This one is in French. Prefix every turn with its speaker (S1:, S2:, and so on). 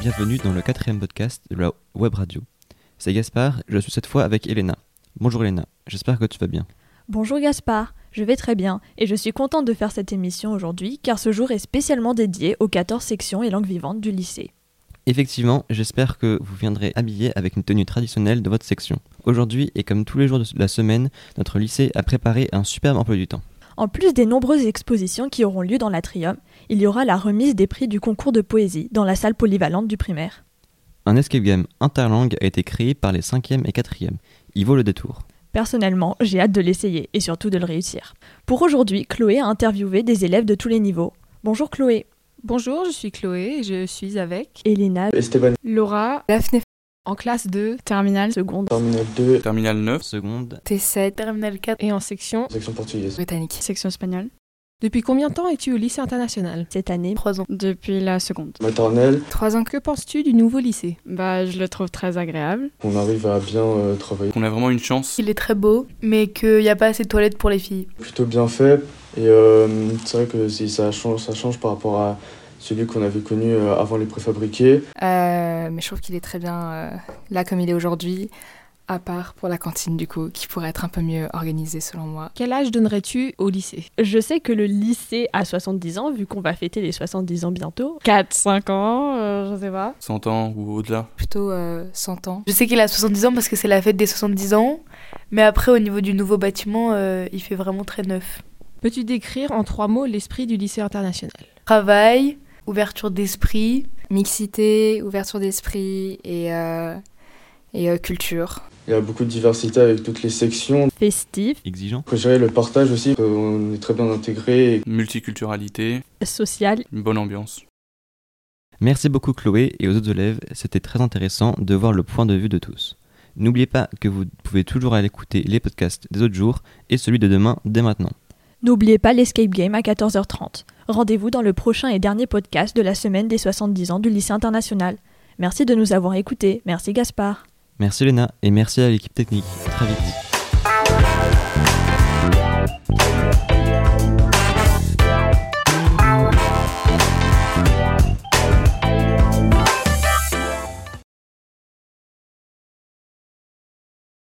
S1: bienvenue dans le quatrième podcast de la web radio. C'est Gaspard, je suis cette fois avec Elena. Bonjour Elena, j'espère que tu vas bien.
S2: Bonjour Gaspard, je vais très bien et je suis contente de faire cette émission aujourd'hui car ce jour est spécialement dédié aux 14 sections et langues vivantes du lycée.
S1: Effectivement, j'espère que vous viendrez habillé avec une tenue traditionnelle de votre section. Aujourd'hui, et comme tous les jours de la semaine, notre lycée a préparé un superbe emploi du temps.
S2: En plus des nombreuses expositions qui auront lieu dans l'atrium, il y aura la remise des prix du concours de poésie dans la salle polyvalente du primaire.
S1: Un escape game interlangue a été créé par les 5e et 4e. Il vaut le détour.
S2: Personnellement, j'ai hâte de l'essayer et surtout de le réussir. Pour aujourd'hui, Chloé a interviewé des élèves de tous les niveaux. Bonjour Chloé.
S3: Bonjour, je suis Chloé et je suis avec
S2: Elena,
S4: Esteban,
S3: Laura Daphné en classe 2, terminale
S2: seconde.
S4: Terminal 2,
S5: Terminal 9,
S1: Seconde,
S6: T7, Terminal 4,
S3: et en section
S4: section portugaise.
S6: Britannique.
S3: section espagnole. Depuis combien de temps es-tu au lycée international
S2: Cette année,
S6: 3 ans.
S7: Depuis la seconde.
S4: Maternelle,
S6: 3 ans.
S3: Que penses-tu du nouveau lycée
S7: Bah, je le trouve très agréable.
S4: on arrive à bien euh, travailler.
S5: qu'on a vraiment une chance.
S6: Il est très beau, mais qu'il n'y a pas assez de toilettes pour les filles.
S4: Plutôt bien fait. Et euh, c'est vrai que si ça, change, ça change par rapport à celui qu'on avait connu euh, avant les préfabriqués.
S6: Euh, mais je trouve qu'il est très bien euh, là comme il est aujourd'hui, à part pour la cantine du coup, qui pourrait être un peu mieux organisée selon moi.
S3: Quel âge donnerais-tu au lycée
S2: je sais que le lycée a 70 ans, vu qu'on va fêter les 70 ans bientôt.
S7: 4, 5 ans, euh, je sais pas.
S5: 100 ans ou au-delà.
S6: Plutôt euh, 100 ans. Je sais qu'il a 70 ans parce que c'est la fête des 70 ans, mais après au niveau du nouveau bâtiment, euh, il fait vraiment très neuf.
S3: Peux-tu décrire en trois mots l'esprit du lycée international
S6: Travail, ouverture d'esprit,
S8: mixité, ouverture d'esprit et, euh, et euh, culture.
S4: Il y a beaucoup de diversité avec toutes les sections.
S2: Festif,
S1: exigeant,
S4: Faut gérer le partage aussi, euh, on est très bien intégré.
S5: Multiculturalité,
S2: social
S5: une bonne ambiance.
S1: Merci beaucoup Chloé et aux autres élèves, c'était très intéressant de voir le point de vue de tous. N'oubliez pas que vous pouvez toujours aller écouter les podcasts des autres jours et celui de demain dès maintenant.
S2: N'oubliez pas l'escape game à 14h30. Rendez-vous dans le prochain et dernier podcast de la semaine des 70 ans du lycée international. Merci de nous avoir écoutés. Merci Gaspard.
S1: Merci Léna et merci à l'équipe technique. À très vite.